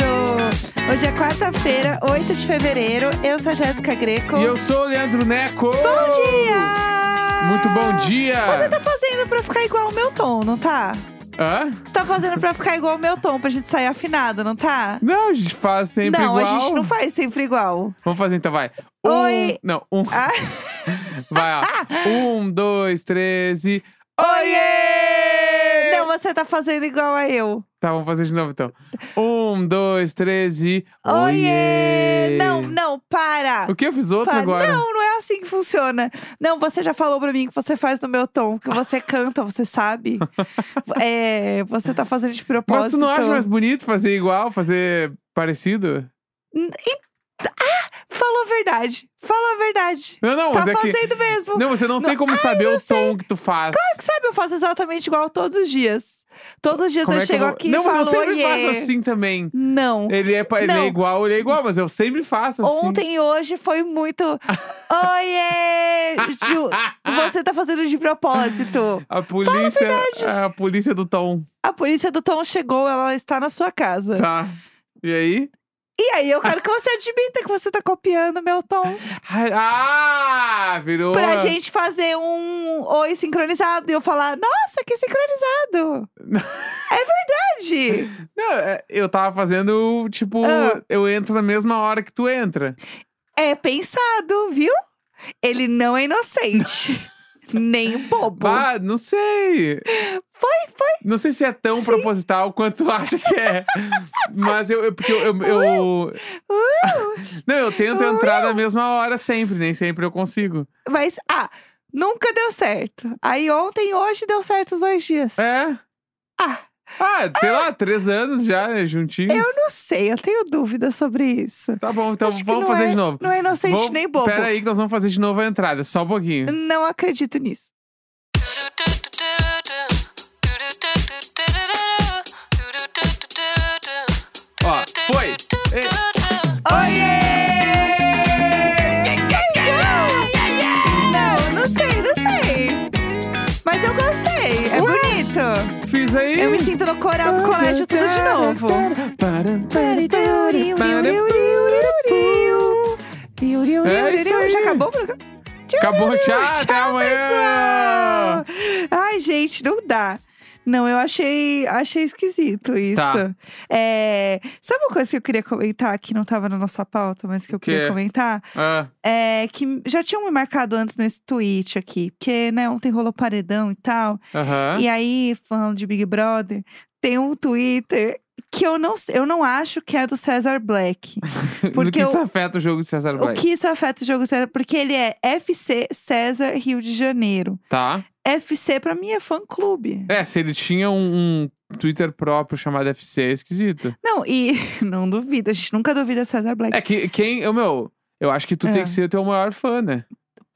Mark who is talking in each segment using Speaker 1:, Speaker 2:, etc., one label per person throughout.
Speaker 1: um Hoje é quarta-feira, 8 de fevereiro. Eu sou a Jéssica Greco.
Speaker 2: E eu sou o Leandro
Speaker 1: Bom
Speaker 2: Neco.
Speaker 1: dia!
Speaker 2: Muito bom dia!
Speaker 1: Você tá fazendo pra ficar igual o meu tom, não tá?
Speaker 2: Hã?
Speaker 1: Você tá fazendo pra ficar igual o meu tom, pra gente sair afinado, não tá?
Speaker 2: Não, a gente faz sempre
Speaker 1: não,
Speaker 2: igual.
Speaker 1: a gente não faz sempre igual.
Speaker 2: Vamos fazer então, vai.
Speaker 1: Oi.
Speaker 2: Um, não, um.
Speaker 1: Ah.
Speaker 2: Vai, ó. um, dois, três e... Oiê!
Speaker 1: Não, você tá fazendo igual a eu.
Speaker 2: Tá, vamos fazer de novo então. Um, dois, três e...
Speaker 1: Oiê! Não, não, para!
Speaker 2: O que eu fiz outro
Speaker 1: Pa-
Speaker 2: agora?
Speaker 1: Não, não é assim que funciona. Não, você já falou pra mim que você faz no meu tom, que você canta, você sabe. É, você tá fazendo de propósito.
Speaker 2: Mas tu não acha mais bonito fazer igual, fazer parecido?
Speaker 1: Falou a verdade. Falou a verdade.
Speaker 2: Não, não,
Speaker 1: tá
Speaker 2: mas é que...
Speaker 1: fazendo mesmo.
Speaker 2: Não, você não, tem
Speaker 1: Não.
Speaker 2: como saber o tom que tu faz.
Speaker 1: Que Sabe, eu faço exatamente igual todos os dias. Todos os dias
Speaker 2: Como
Speaker 1: eu
Speaker 2: é que
Speaker 1: chego
Speaker 2: eu vou-
Speaker 1: aqui
Speaker 2: Não,
Speaker 1: e falo,
Speaker 2: mas eu sempre
Speaker 1: "Oiê".
Speaker 2: faço assim também.
Speaker 1: Não.
Speaker 2: Ele é, pa- ele
Speaker 1: Não.
Speaker 2: é igual, ele é igual, mas eu sempre faço assim.
Speaker 1: Ontem e hoje foi muito. Oiê! Ju, você tá fazendo de propósito.
Speaker 2: A polícia, a polícia do tom,
Speaker 1: A polícia do Tom chegou, ela está na sua casa.
Speaker 2: tá? E aí?
Speaker 1: E aí, eu quero que você admita que você tá copiando meu tom.
Speaker 2: Ai, Ah, virou.
Speaker 1: Pra
Speaker 2: a-
Speaker 1: gente fazer um oi sincronizado e eu falar, nossa, que sincronizado! é verdade!
Speaker 2: Não, é, eu tava fazendo, tipo,
Speaker 1: Ah.
Speaker 2: eu entro na mesma hora que tu entra.
Speaker 1: É pensado, viu? Ele não é inocente. Nem um bobo.
Speaker 2: Bah, não sei.
Speaker 1: Foi, foi.
Speaker 2: Não sei se é tão proposital quanto tu acha que é. Mas eu. eu- porque eu, eu- eu-
Speaker 1: Uh.
Speaker 2: não, eu tento entrar na mesma hora sempre, nem sempre eu consigo.
Speaker 1: Mas, ah, nunca deu certo. Aí ontem e hoje deu certo os dois dias.
Speaker 2: É.
Speaker 1: Ah,
Speaker 2: Ah, sei lá, três anos já, né, juntinhos.
Speaker 1: eu não sei, eu tenho dúvidas sobre isso.
Speaker 2: Tá bom, então
Speaker 1: Acho que
Speaker 2: vamos
Speaker 1: não
Speaker 2: fazer
Speaker 1: é-
Speaker 2: de novo.
Speaker 1: Não é inocente
Speaker 2: Vamos-
Speaker 1: nem bobo.
Speaker 2: Pera aí que nós vamos fazer de novo a entrada, só um pouquinho.
Speaker 1: Não acredito nisso.
Speaker 2: Ó, foi. Ei,
Speaker 1: Oiê! Não, não sei, não sei. Mas eu gostei, é bonito.
Speaker 2: fiz aí.
Speaker 1: Eu me sinto no coral do colégio tudo de novo.
Speaker 2: É
Speaker 1: Já acabou o programa?
Speaker 2: Acabou, tchau, até amanhã.
Speaker 1: pessoal! Ai, gente, não dá. Não, eu achei, achei esquisito isso.
Speaker 2: Tá.
Speaker 1: É, sabe uma coisa que eu queria comentar que não tava na nossa pauta, mas que eu queria
Speaker 2: Quê?
Speaker 1: comentar?
Speaker 2: Ah,
Speaker 1: É, que já tinham me marcado antes nesse tweet aqui, porque né, ontem rolou paredão e tal.
Speaker 2: aham.
Speaker 1: E é aí, falando de Big Brother, tem um Twitter que eu não, eu não acho que é do César Black.
Speaker 2: no que
Speaker 1: porque
Speaker 2: isso
Speaker 1: eu-
Speaker 2: afeta o jogo de César
Speaker 1: o
Speaker 2: Black?
Speaker 1: que isso afeta o jogo César? Porque ele é FC César Rio de Janeiro.
Speaker 2: Tá.
Speaker 1: FC pra mim é fã clube.
Speaker 2: É, se ele tinha um, um Twitter próprio chamado FC, é esquisito.
Speaker 1: Não, e não duvida, a gente nunca duvida César Black.
Speaker 2: É que quem. Eu, meu, eu acho que tu
Speaker 1: É.
Speaker 2: tem que ser o teu maior fã, né?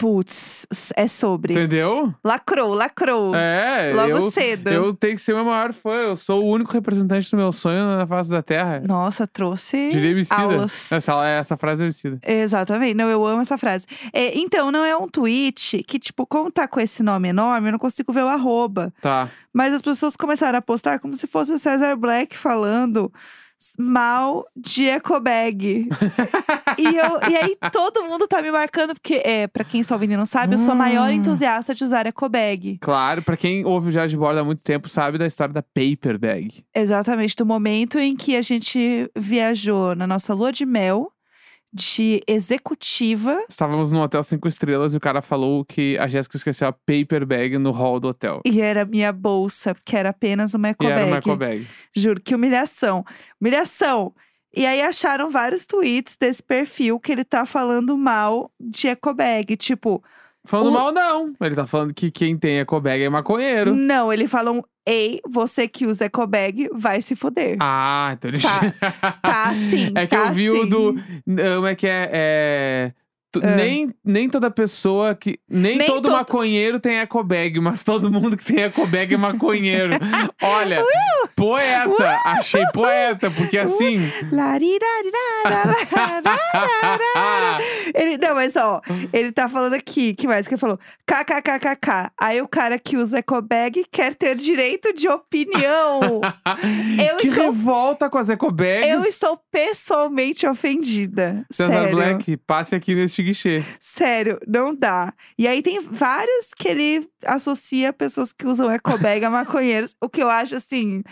Speaker 1: Putz, é sobre.
Speaker 2: Entendeu?
Speaker 1: Lacrou, lacrou.
Speaker 2: É,
Speaker 1: Logo
Speaker 2: eu,
Speaker 1: cedo.
Speaker 2: eu tenho que ser o meu maior fã. Eu sou o único representante do meu sonho na face da Terra.
Speaker 1: Nossa, trouxe
Speaker 2: Diria Emicida.
Speaker 1: aulas.
Speaker 2: Essa, essa frase é Emicida.
Speaker 1: Exatamente. Não, eu amo essa frase. É, então, não é um tweet que, tipo, como tá com esse nome enorme, eu não consigo ver o arroba.
Speaker 2: Tá.
Speaker 1: Mas as pessoas começaram a postar como se fosse o César Black falando s- mal de ecobag. e, eu, e aí todo mundo tá me marcando, porque, é, pra quem só ouvindo e não sabe, eu sou a maior
Speaker 2: Hum.
Speaker 1: entusiasta de usar ecobag.
Speaker 2: Claro, pra quem ouve o Diário de Bordo há muito tempo, sabe da história da paper bag.
Speaker 1: Exatamente, do momento em que a gente viajou na nossa lua de mel de executiva
Speaker 2: Estávamos num hotel cinco estrelas e o cara falou que a Jéssica esqueceu a paper bag no hall do hotel.
Speaker 1: E era minha bolsa, porque era apenas uma
Speaker 2: E era
Speaker 1: ecobag.
Speaker 2: uma eco bag.
Speaker 1: Juro, que humilhação. Humilhação! E aí acharam vários tweets desse perfil que ele tá falando mal de ecobag. Tipo,
Speaker 2: Falando
Speaker 1: O-
Speaker 2: mal, não. Ele tá falando que quem tem eco bag é maconheiro.
Speaker 1: não, ele fala um ei, você que usa ecobag vai se fuder.
Speaker 2: Ah, então ele.
Speaker 1: Tá. Tá sim,
Speaker 2: É que
Speaker 1: tá
Speaker 2: eu vi
Speaker 1: sim.
Speaker 2: o do. Como é que é? É, tu- nem, nem toda pessoa que. Nem,
Speaker 1: Ah. Nem
Speaker 2: todo
Speaker 1: todo-
Speaker 2: maconheiro tem ecobag, mas todo mundo que tem ecobag é maconheiro. Olha, poeta! Achei poeta, porque assim.
Speaker 1: Larirarirar, Ele, não, mas ó, ele tá falando aqui, que mais que ele falou? KKKKK. Aí o cara que usa ecobag quer ter direito de opinião. Eu
Speaker 2: que
Speaker 1: estou-
Speaker 2: revolta com as ecobags.
Speaker 1: Eu estou pessoalmente ofendida.
Speaker 2: César
Speaker 1: Sério.
Speaker 2: Black, passe aqui neste guichê.
Speaker 1: Sério, não dá. E aí tem vários que ele associa pessoas que usam ecobag a maconheiros, o que eu acho assim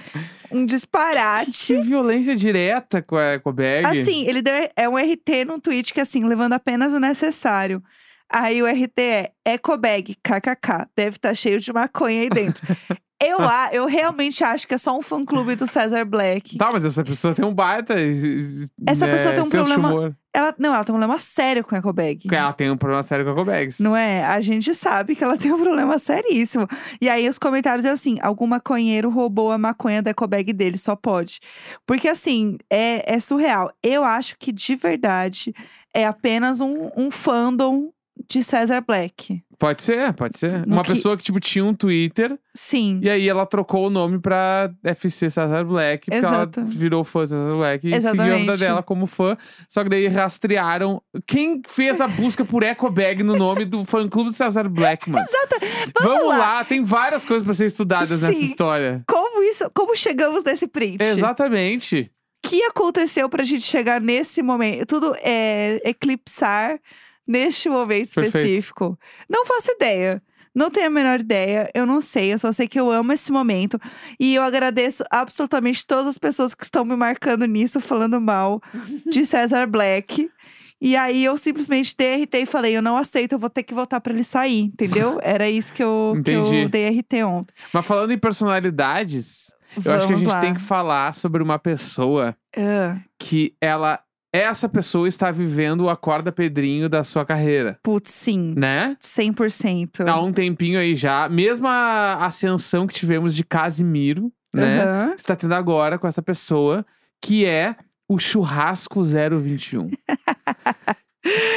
Speaker 1: um disparate.
Speaker 2: Que violência direta com a ecobag.
Speaker 1: Assim, ele deu é um RT num tweet que é assim, levando apenas o necessário. Aí o RT é ecobag, kkk, deve estar cheio de maconha aí dentro. eu, a- eu realmente acho que é só um fã-clube do César Black.
Speaker 2: Tá, mas essa pessoa tem um baita.
Speaker 1: Essa
Speaker 2: né,
Speaker 1: pessoa tem um
Speaker 2: senso de
Speaker 1: problema-
Speaker 2: humor.
Speaker 1: Ela, não, ela tem um problema sério com ecobag.
Speaker 2: Porque Ela tem um problema sério com ecobags.
Speaker 1: Não é? A gente sabe que ela tem um problema seríssimo. E aí os comentários é assim: algum maconheiro roubou a maconha da ecobag dele, só pode. Porque assim, é, é surreal. Eu acho que de verdade é apenas um, um fandom de César Black.
Speaker 2: Pode ser, pode ser.
Speaker 1: No
Speaker 2: Uma
Speaker 1: que-
Speaker 2: pessoa que, tipo, tinha um Twitter
Speaker 1: Sim.
Speaker 2: e aí ela trocou o nome pra FC Cesar Black, porque
Speaker 1: Exato.
Speaker 2: ela virou fã de Cesar Black e seguiu a vida
Speaker 1: Exatamente.
Speaker 2: dela como fã. Só que daí rastrearam. Quem fez a busca por Ecobag no nome do fã clube do Cesar Black, mano? Exato. Vamos, lá. tem várias coisas pra ser estudadas nessa
Speaker 1: Sim.
Speaker 2: história.
Speaker 1: Como isso? Como chegamos nesse print?
Speaker 2: Exatamente.
Speaker 1: O que aconteceu pra gente chegar nesse momento? Tudo é eclipsar neste momento
Speaker 2: Perfeito.
Speaker 1: específico. Não faço ideia. Não tenho a menor ideia, eu não sei, eu só sei que eu amo esse momento. E eu agradeço absolutamente todas as pessoas que estão me marcando nisso, falando mal de César Black. E aí eu simplesmente DRT e falei: eu não aceito, eu vou ter que votar pra ele sair, entendeu? Era isso que eu, que eu
Speaker 2: Entendi.
Speaker 1: DRT ontem.
Speaker 2: Mas falando em personalidades,
Speaker 1: Vamos
Speaker 2: eu acho que a gente
Speaker 1: lá.
Speaker 2: tem que falar sobre uma pessoa
Speaker 1: Ah,
Speaker 2: que ela. Essa pessoa está vivendo o acorda Pedrinho da sua carreira,
Speaker 1: putz, sim,
Speaker 2: né?
Speaker 1: 100%.
Speaker 2: há um tempinho aí já. Mesma ascensão que tivemos de Casimiro, né?
Speaker 1: Aham.
Speaker 2: Está tendo agora com essa pessoa, que é o Churrasco 021.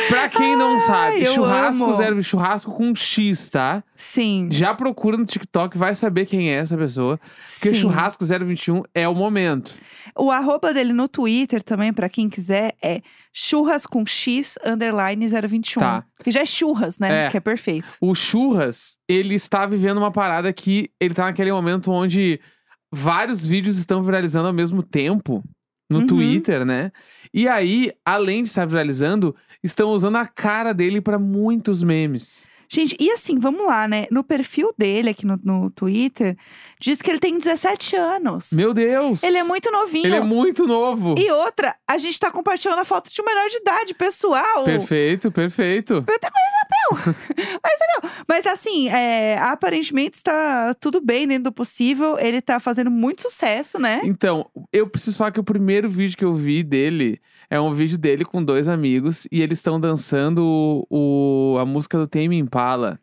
Speaker 2: pra quem não sabe,
Speaker 1: eu
Speaker 2: churrasco
Speaker 1: amo.
Speaker 2: 0, churrasco com X, tá?
Speaker 1: Sim.
Speaker 2: Já procura no TikTok, vai saber quem é essa pessoa. Porque
Speaker 1: Sim.
Speaker 2: churrasco 021 é o momento.
Speaker 1: O arroba dele no Twitter também, pra quem quiser, é churras com x underline 021.
Speaker 2: Tá.
Speaker 1: Que já é churras, né?
Speaker 2: É.
Speaker 1: Que é perfeito.
Speaker 2: O Churras, ele está vivendo uma parada que ele tá naquele momento onde vários vídeos estão viralizando ao mesmo tempo no
Speaker 1: Uhum.
Speaker 2: Twitter, né? E aí, além de estar viralizando, estão usando a cara dele para muitos memes.
Speaker 1: Gente, e assim, vamos lá, né? No perfil dele aqui no, no Twitter, diz que ele tem 17 anos.
Speaker 2: Meu Deus!
Speaker 1: Ele é muito novinho.
Speaker 2: Ele é muito novo.
Speaker 1: E outra, a gente tá compartilhando a foto de um menor de idade, pessoal.
Speaker 2: Perfeito, perfeito.
Speaker 1: Mas assim, é, aparentemente está tudo bem dentro do possível. Ele tá fazendo muito sucesso, né?
Speaker 2: Então, eu preciso falar que o primeiro vídeo que eu vi dele é um vídeo dele com dois amigos e eles estão dançando o, o- a música do Tame Impala,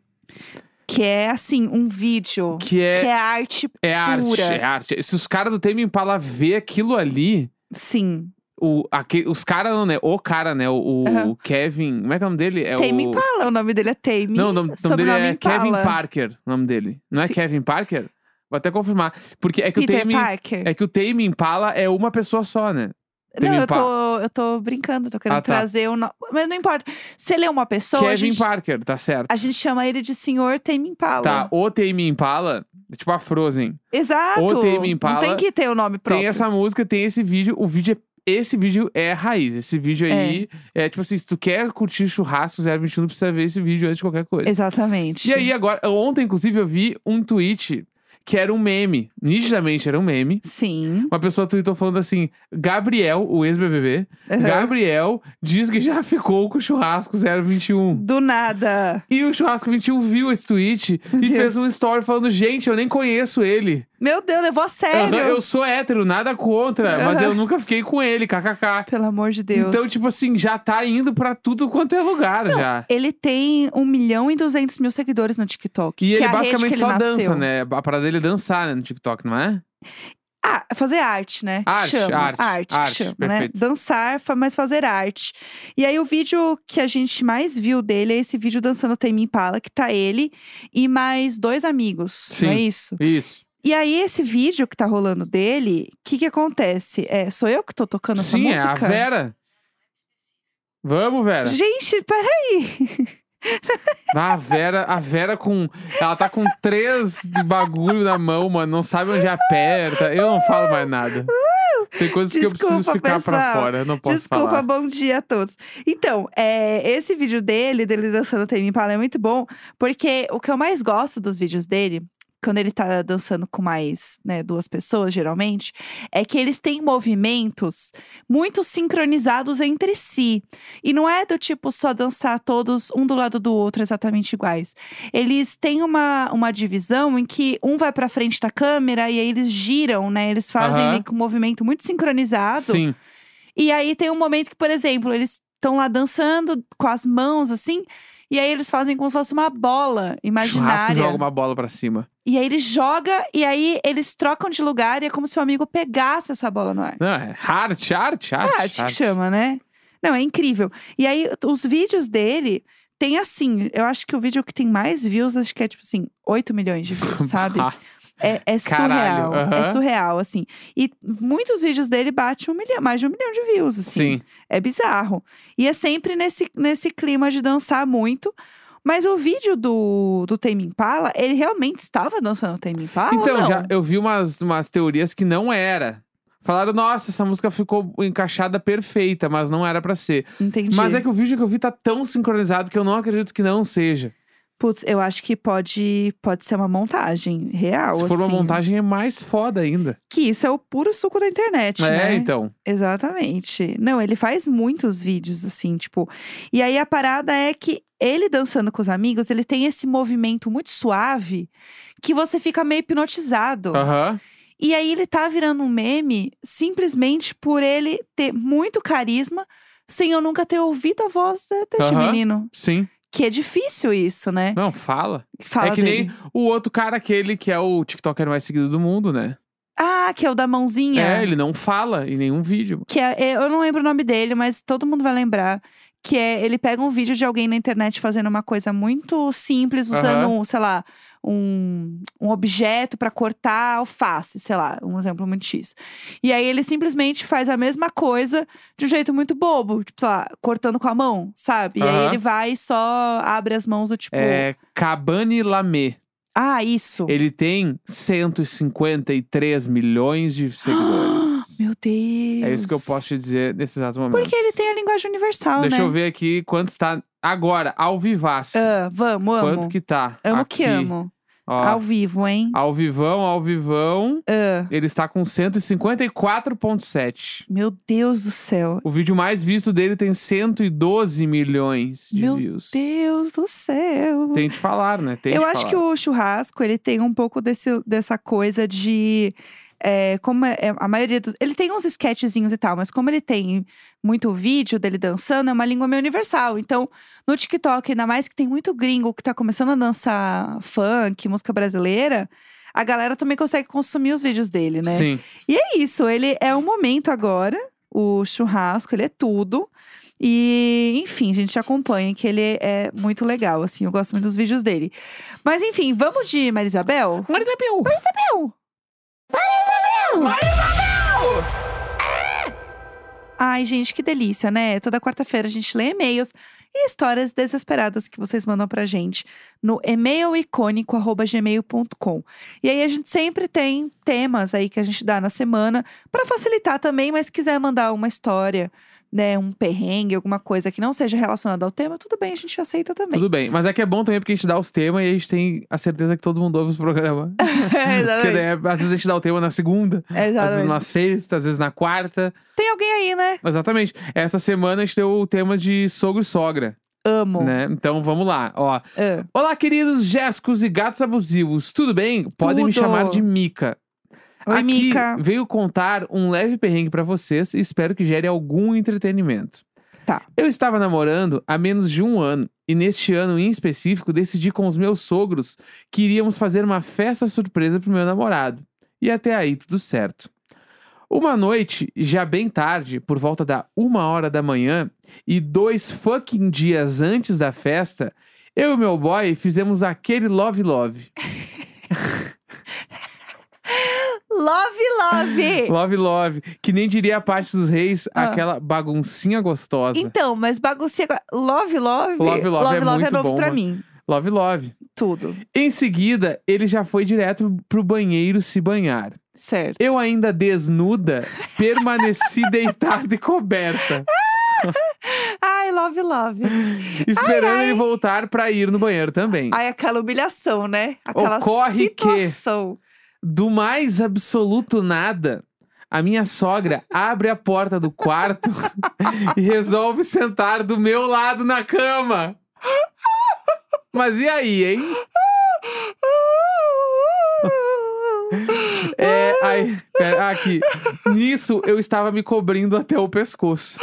Speaker 1: Que é assim, um vídeo.
Speaker 2: que é
Speaker 1: Que é arte
Speaker 2: É arte,
Speaker 1: Pura.
Speaker 2: é arte. Se os caras do Tame Impala vê aquilo ali,
Speaker 1: Sim.
Speaker 2: o, aque- os caras não, né? O cara, né? O, o
Speaker 1: Aham.
Speaker 2: Kevin. Como é que é o nome dele? É
Speaker 1: Tame
Speaker 2: o...
Speaker 1: Impala, o nome dele é Tame.
Speaker 2: Não, o nome, o nome dele
Speaker 1: sobrenome
Speaker 2: é
Speaker 1: Impala.
Speaker 2: Kevin Parker. O nome dele. Não é
Speaker 1: Sim.
Speaker 2: Kevin Parker? Vou até confirmar. Porque é que
Speaker 1: Peter
Speaker 2: o Tame.
Speaker 1: Parker.
Speaker 2: É que o Tame Impala é uma pessoa só, né? Tame
Speaker 1: não, eu
Speaker 2: Impala.
Speaker 1: tô, eu tô brincando, eu tô querendo
Speaker 2: Ah, tá.
Speaker 1: trazer o nome. Mas não importa. Se ele é uma pessoa,
Speaker 2: Kevin
Speaker 1: a gente,
Speaker 2: Parker, tá certo.
Speaker 1: a gente chama ele de senhor Tame Impala.
Speaker 2: Tá, o Tame Impala, é tipo a Frozen.
Speaker 1: Exato.
Speaker 2: O Tame Impala
Speaker 1: Não tem que ter o nome próprio.
Speaker 2: Tem essa música, tem esse vídeo. O vídeo é. Esse vídeo é raiz. Esse vídeo aí é. tipo assim: se tu quer curtir churrasco 021, tu precisa ver esse vídeo antes de qualquer coisa.
Speaker 1: Exatamente.
Speaker 2: E aí, agora, ontem, inclusive, eu vi um tweet que era um meme. Nitidamente era um meme.
Speaker 1: Sim.
Speaker 2: Uma pessoa tweetou falando assim: Gabriel, o ex-BBB,
Speaker 1: Aham.
Speaker 2: Gabriel diz que já ficou com o churrasco 021.
Speaker 1: Do nada.
Speaker 2: E o Churrasco 21 viu esse tweet e
Speaker 1: Deus.
Speaker 2: fez um story falando: gente, eu nem conheço ele.
Speaker 1: Meu Deus, levou a sério.
Speaker 2: Aham, Eu sou hétero, nada contra, mas
Speaker 1: Aham.
Speaker 2: eu nunca fiquei com ele, kkk.
Speaker 1: Pelo amor de Deus.
Speaker 2: Então, tipo assim, já tá indo pra tudo quanto é lugar já.
Speaker 1: Ele tem 1 milhão e 200 mil seguidores no TikTok. que é
Speaker 2: E ele
Speaker 1: a rede que
Speaker 2: basicamente
Speaker 1: ele
Speaker 2: só
Speaker 1: nasceu.
Speaker 2: né, dança, né? A parada dele é dançar, né, no TikTok, não é?
Speaker 1: Ah, fazer arte, né? Que
Speaker 2: Arte,
Speaker 1: chama.
Speaker 2: arte,
Speaker 1: que
Speaker 2: arte,
Speaker 1: chama, né?
Speaker 2: perfeito.
Speaker 1: Dançar, fa- mas fazer arte. E aí o vídeo que a gente mais viu dele é esse vídeo dançando Tame Impala, que tá ele e mais dois amigos, não é
Speaker 2: Sim.
Speaker 1: isso?
Speaker 2: Isso.
Speaker 1: E aí esse vídeo que tá rolando dele, o que que acontece? É, sou eu que tô tocando
Speaker 2: Sim, é
Speaker 1: essa
Speaker 2: a
Speaker 1: música?
Speaker 2: Vera. Vamos, Vera.
Speaker 1: Gente, peraí.
Speaker 2: Ah, a Vera, a Vera com. Ela tá com três de bagulho na mão, mano. Não sabe onde aperta. Eu não falo mais nada. Tem coisas que eu preciso
Speaker 1: Desculpa,
Speaker 2: ficar pra
Speaker 1: pessoal.
Speaker 2: fora. Eu não posso
Speaker 1: Desculpa,
Speaker 2: falar.
Speaker 1: bom dia a todos. Então, é, esse vídeo dele, dele dançando Tame Impala, é muito bom. Porque o que eu mais gosto dos vídeos dele, quando ele tá dançando com mais né, duas pessoas, geralmente, é que eles têm movimentos muito sincronizados entre si. E não é do tipo só dançar todos um do lado do outro exatamente iguais. Eles têm uma, uma divisão em que um vai pra frente da câmera e aí eles giram, né? Eles fazem
Speaker 2: Aham.
Speaker 1: meio que um movimento muito sincronizado.
Speaker 2: Sim.
Speaker 1: E aí tem um momento que, por exemplo, eles estão lá dançando com as mãos assim, e aí eles fazem como se fosse uma bola
Speaker 2: Churrasco
Speaker 1: imaginária.
Speaker 2: joga uma bola pra cima.
Speaker 1: E aí ele joga e aí eles trocam de lugar e é como se o amigo pegasse essa bola no ar.
Speaker 2: Não, é arte, arte, arte.
Speaker 1: Ah, acho que chama, né? Não, é incrível. E aí os vídeos dele tem assim, eu acho que o vídeo que tem mais views, acho que é tipo assim, 8 milhões de views, sabe?
Speaker 2: Ah,
Speaker 1: É, é
Speaker 2: Caralho,
Speaker 1: surreal.
Speaker 2: aham.
Speaker 1: É surreal, assim. E muitos vídeos dele batem um milhão, mais de um milhão de views, assim.
Speaker 2: sim.
Speaker 1: É bizarro. E é sempre nesse, nesse clima de dançar muito. Mas o vídeo do, do Tame Impala, ele realmente estava dançando Tame Impala? Ah, ou
Speaker 2: Então,
Speaker 1: não?
Speaker 2: já eu vi umas, umas teorias que não era. Falaram, nossa, essa música ficou encaixada perfeita, mas não era pra ser.
Speaker 1: Entendi.
Speaker 2: Mas é que o vídeo que eu vi tá tão sincronizado que eu não acredito que não seja.
Speaker 1: Putz, eu acho que pode, pode ser uma montagem real,
Speaker 2: Se for uma
Speaker 1: assim.
Speaker 2: montagem, é mais foda ainda.
Speaker 1: Que isso é o puro suco da internet,
Speaker 2: é,
Speaker 1: né?
Speaker 2: então.
Speaker 1: Exatamente. Não, ele faz muitos vídeos, assim, tipo. E aí a parada é que ele dançando com os amigos, ele tem esse movimento muito suave que você fica meio hipnotizado.
Speaker 2: Aham.
Speaker 1: E aí ele tá virando um meme simplesmente por ele ter muito carisma, sem eu nunca ter ouvido a voz de- deste
Speaker 2: Aham.
Speaker 1: menino.
Speaker 2: Sim.
Speaker 1: Que é difícil isso, né?
Speaker 2: Não, fala.
Speaker 1: Fala
Speaker 2: é que
Speaker 1: dele.
Speaker 2: nem o outro cara, aquele que é o TikToker mais seguido do mundo, né?
Speaker 1: Ah, que é o da mãozinha.
Speaker 2: É, ele não fala em nenhum vídeo.
Speaker 1: Que é, é- eu não lembro o nome dele, mas todo mundo vai lembrar. Que é, ele pega um vídeo de alguém na internet fazendo uma coisa muito simples, usando,
Speaker 2: Aham.
Speaker 1: um, sei lá, um, um objeto pra cortar alface, sei lá, um exemplo muito X. E aí ele simplesmente faz a mesma coisa de um jeito muito bobo, tipo, sei lá, cortando com a mão, sabe? E aí
Speaker 2: Aham.
Speaker 1: ele vai e só abre as mãos do tipo,
Speaker 2: É Cabane Lamé.
Speaker 1: ah, isso.
Speaker 2: Ele tem 153 milhões de seguidores.
Speaker 1: Meu Deus.
Speaker 2: é isso que eu posso te dizer nesse exato momento.
Speaker 1: Porque ele tem a linguagem universal,
Speaker 2: Deixa
Speaker 1: né?
Speaker 2: eu ver aqui quanto está agora, ao vivaço.
Speaker 1: Ah, vamos, amo.
Speaker 2: Quanto que tá?
Speaker 1: Amo
Speaker 2: aqui.
Speaker 1: que amo.
Speaker 2: Ó,
Speaker 1: Ao Ah. vivo, hein?
Speaker 2: Ao vivão, ao vivão. Ele está com 154,7.
Speaker 1: Meu Deus do céu.
Speaker 2: O vídeo mais visto dele tem 112 milhões de
Speaker 1: Meu
Speaker 2: views.
Speaker 1: Deus do céu.
Speaker 2: Tem de falar, né? Tem
Speaker 1: Eu acho que o churrasco, ele tem um pouco desse, dessa coisa de. é, como é- é, a maioria dos. Ele tem uns sketchzinhos e tal, mas como ele tem muito vídeo dele dançando, é uma língua meio universal. Então, no TikTok, ainda mais que tem muito gringo que tá começando a dançar funk, música brasileira, a galera também consegue consumir os vídeos dele, né?
Speaker 2: Sim.
Speaker 1: E é isso, ele é o momento agora, o churrasco, ele é tudo. E, enfim, a gente acompanha que ele é muito legal, assim, eu gosto muito dos vídeos dele. Mas, enfim, vamos de Marisabel?
Speaker 2: Marisabel!
Speaker 1: Marisabel! Marisabel! Ai, gente, que delícia, né? Toda quarta-feira a gente lê e-mails e histórias desesperadas que vocês mandam pra gente no e-mailicônico.gmail.com. E aí a gente sempre tem temas aí que a gente dá na semana pra facilitar também, mas se quiser mandar uma história, né, um perrengue, alguma coisa que não seja relacionada ao tema, tudo bem, a gente aceita também.
Speaker 2: Tudo bem. Mas é que é bom também porque a gente dá os temas e a gente tem a certeza que todo mundo ouve os programas.
Speaker 1: É,
Speaker 2: porque
Speaker 1: exatamente.
Speaker 2: né, às vezes a gente dá o tema na segunda, às vezes
Speaker 1: Exatamente.
Speaker 2: na sexta, às vezes na quarta.
Speaker 1: Tem alguém aí, né?
Speaker 2: Exatamente. Essa semana a gente deu o tema de sogro e sogra,
Speaker 1: Amo.
Speaker 2: né? Então vamos lá, ó.
Speaker 1: Ah.
Speaker 2: Olá, queridos gescos e gatos abusivos, tudo bem? Podem me
Speaker 1: Tudo.
Speaker 2: chamar de Mica.
Speaker 1: Oi,
Speaker 2: Aqui
Speaker 1: Mica.
Speaker 2: veio contar um leve perrengue pra vocês e espero que gere algum entretenimento.
Speaker 1: Tá.
Speaker 2: Eu estava namorando há menos de um ano e neste ano em específico decidi com os meus sogros que iríamos fazer uma festa surpresa pro meu namorado. E até aí tudo certo. Uma noite, já bem tarde, por volta da uma hora da manhã, e dois fucking dias antes da festa, eu e meu boy fizemos aquele love love.
Speaker 1: Love, love!
Speaker 2: Love love. Que nem diria a parte dos reis,
Speaker 1: Ah.
Speaker 2: aquela baguncinha gostosa.
Speaker 1: Então, mas baguncinha. agora- Love, love.
Speaker 2: Love, love é muito
Speaker 1: novo
Speaker 2: bom,
Speaker 1: pra
Speaker 2: mano.
Speaker 1: mim.
Speaker 2: Love love.
Speaker 1: Tudo.
Speaker 2: Em seguida, ele já foi direto pro banheiro se banhar.
Speaker 1: Certo.
Speaker 2: Eu ainda desnuda, permaneci deitada e coberta,
Speaker 1: Ai, love, love.
Speaker 2: esperando ele voltar pra ir no banheiro também.
Speaker 1: Ai, aquela humilhação, né? Aquela
Speaker 2: Ocorre que-
Speaker 1: situação.
Speaker 2: Do mais absoluto nada, a minha sogra abre a porta do quarto e resolve sentar do meu lado na cama. Mas e aí, hein? É, ai, pera, aqui. Nisso eu estava me cobrindo até o pescoço.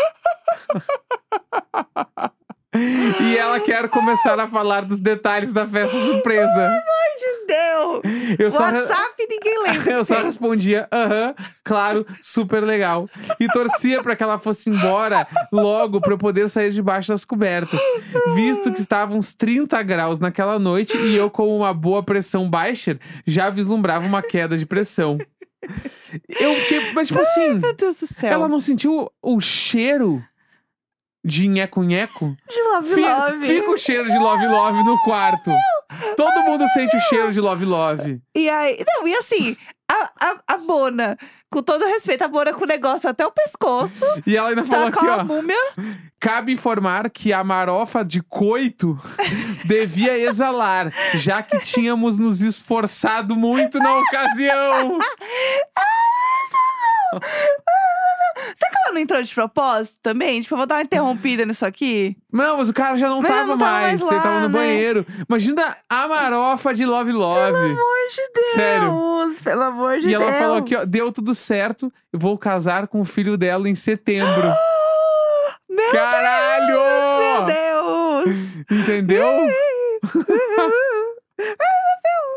Speaker 2: E ela quer começar a falar dos detalhes da festa surpresa.
Speaker 1: Deu!
Speaker 2: Eu só,
Speaker 1: WhatsApp ninguém lembra.
Speaker 2: eu só respondia, aham, claro, super legal. E torcia pra que ela fosse embora logo pra eu poder sair debaixo das cobertas. Visto que estava uns 30 graus naquela noite e eu, com uma boa pressão baixa, já vislumbrava uma queda de pressão. Eu fiquei, mas tipo assim,
Speaker 1: Meu Deus do céu.
Speaker 2: ela não sentiu o cheiro de nheco-nheco?
Speaker 1: De love,
Speaker 2: Fi-
Speaker 1: love.
Speaker 2: Fica o cheiro de love-love no quarto. Todo mundo sente o cheiro de love-love.
Speaker 1: E aí, não, e assim, a, a, a Bona, com todo respeito, a Bona com o negócio até o pescoço,
Speaker 2: E ela ainda falou
Speaker 1: tá com
Speaker 2: aqui,
Speaker 1: a
Speaker 2: ó.
Speaker 1: múmia.
Speaker 2: Cabe informar que a marofa de coito devia exalar, já que tínhamos nos esforçado muito na ocasião.
Speaker 1: Será que ela não entrou de propósito também? Tipo, eu vou dar uma interrompida nisso aqui.
Speaker 2: Não, mas o cara já não
Speaker 1: Mas
Speaker 2: tava
Speaker 1: não tava
Speaker 2: mais,
Speaker 1: mais
Speaker 2: ele
Speaker 1: lá,
Speaker 2: tava no
Speaker 1: né?
Speaker 2: banheiro. Imagina a marofa de Love Love.
Speaker 1: Pelo amor de Deus! Pelo amor de
Speaker 2: E ela
Speaker 1: Deus!
Speaker 2: falou aqui, ó, deu tudo certo, eu vou casar com o filho dela em setembro.
Speaker 1: Meu
Speaker 2: Caralho!
Speaker 1: Deus! Meu Deus!
Speaker 2: Entendeu?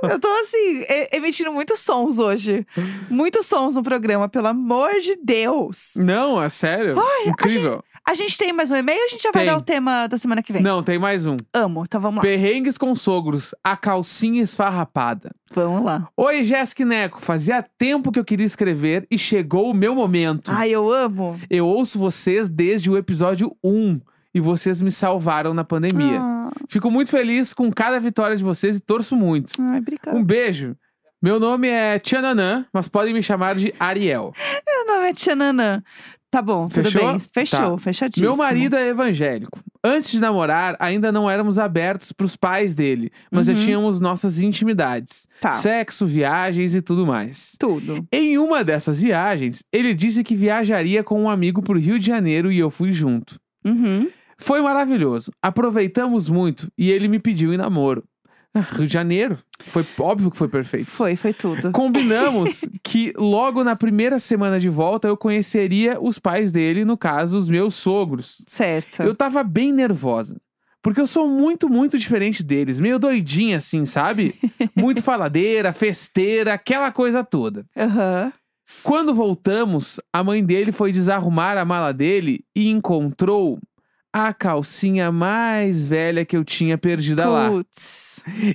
Speaker 1: Eu tô assim, e- emitindo muitos sons hoje. Muitos sons no programa, pelo amor de Deus!
Speaker 2: Não, é sério. Incrível.
Speaker 1: A gente tem mais um e-mail ou a gente já vai
Speaker 2: Tem.
Speaker 1: dar o tema da semana que vem?
Speaker 2: Não, tem mais um.
Speaker 1: Amo, então vamos lá.
Speaker 2: Perrengues com sogros, a calcinha esfarrapada.
Speaker 1: Vamos lá.
Speaker 2: Oi, Jéssica e Neco. Fazia tempo que eu queria escrever e chegou o meu momento.
Speaker 1: Ai, eu amo.
Speaker 2: Eu ouço vocês desde o episódio 1 e vocês me salvaram na pandemia.
Speaker 1: Ah,
Speaker 2: Fico muito feliz com cada vitória de vocês e torço muito.
Speaker 1: Ai, obrigada.
Speaker 2: Um beijo. Meu nome é Tiananã, mas podem me chamar de Ariel.
Speaker 1: Meu nome é Tchananã. Tá bom, tudo
Speaker 2: Fechou? Tá.
Speaker 1: bem. Fechou, fechadíssimo.
Speaker 2: Meu marido é evangélico. Antes de namorar, ainda não éramos abertos para os pais dele, mas já
Speaker 1: Uhum.
Speaker 2: tínhamos nossas intimidades,
Speaker 1: Tá.
Speaker 2: sexo, viagens e é tudo mais.
Speaker 1: Tudo.
Speaker 2: Em uma dessas viagens, ele disse que viajaria com um amigo pro Rio de Janeiro e eu fui junto.
Speaker 1: Uhum.
Speaker 2: Foi maravilhoso, aproveitamos muito e ele me pediu em namoro. Ah, Rio de Janeiro, foi óbvio que foi perfeito.
Speaker 1: Foi, foi tudo.
Speaker 2: Combinamos que logo na primeira semana de volta eu conheceria os pais dele, no caso, os meus sogros.
Speaker 1: Certo.
Speaker 2: Eu tava bem nervosa. Porque eu sou muito, muito diferente deles. Meio doidinha, assim, sabe? Muito faladeira, festeira, aquela coisa toda.
Speaker 1: Aham.
Speaker 2: Quando voltamos, a mãe dele foi desarrumar a mala dele e encontrou a calcinha mais velha que eu tinha perdida lá.
Speaker 1: Putz.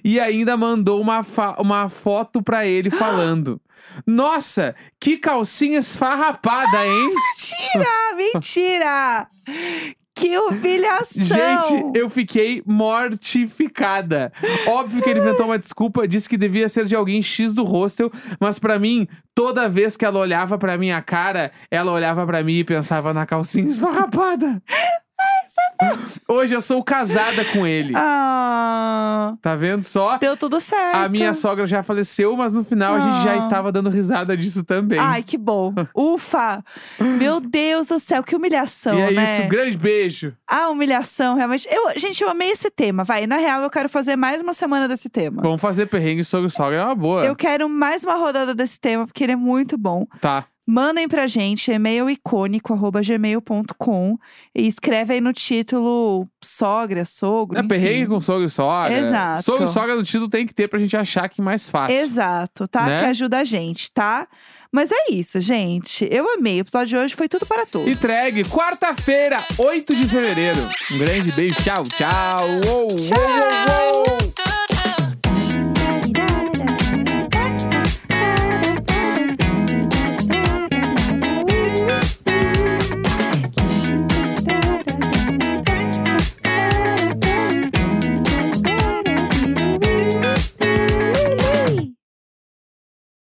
Speaker 2: E ainda mandou uma, fa- uma foto pra ele falando: Nossa, que calcinha esfarrapada, hein?
Speaker 1: Mentira, mentira. Que humilhação.
Speaker 2: Gente, eu fiquei mortificada. Óbvio que ele inventou uma desculpa, disse que devia ser de alguém X do hostel, mas pra mim, toda vez que ela olhava pra minha cara, ela olhava pra mim e pensava na calcinha esfarrapada. Hoje eu sou casada com ele.
Speaker 1: Ah,
Speaker 2: Tá vendo só?
Speaker 1: deu tudo certo.
Speaker 2: A minha sogra já faleceu, mas no final a gente já
Speaker 1: então. Ah.
Speaker 2: estava dando risada disso também.
Speaker 1: Ai, que bom. Ufa. Meu Deus do céu, que humilhação,
Speaker 2: e é
Speaker 1: né?
Speaker 2: isso, grande beijo.
Speaker 1: A humilhação, realmente. Eu, gente, eu amei esse tema, vai. Na real, eu quero fazer mais uma semana desse tema.
Speaker 2: Vamos fazer perrengue sobre sogra, é uma boa.
Speaker 1: Eu quero mais uma rodada desse tema, porque ele é muito bom.
Speaker 2: Tá.
Speaker 1: Mandem pra gente e-mail icônico@gmail.com e escreve aí no título sogra, sogro,
Speaker 2: É
Speaker 1: enfim.
Speaker 2: perrengue com sogro e sogra.
Speaker 1: Exato.
Speaker 2: Sogro e sogra no título tem que ter pra gente achar que é mais fácil.
Speaker 1: Exato, tá?
Speaker 2: Né?
Speaker 1: Que ajuda a gente, tá? Mas é isso, gente. Eu amei. O episódio de hoje foi tudo para todos.
Speaker 2: Entregue quarta-feira, 8 de fevereiro. Um grande beijo. Tchau, tchau. Uou, uou, uou, uou.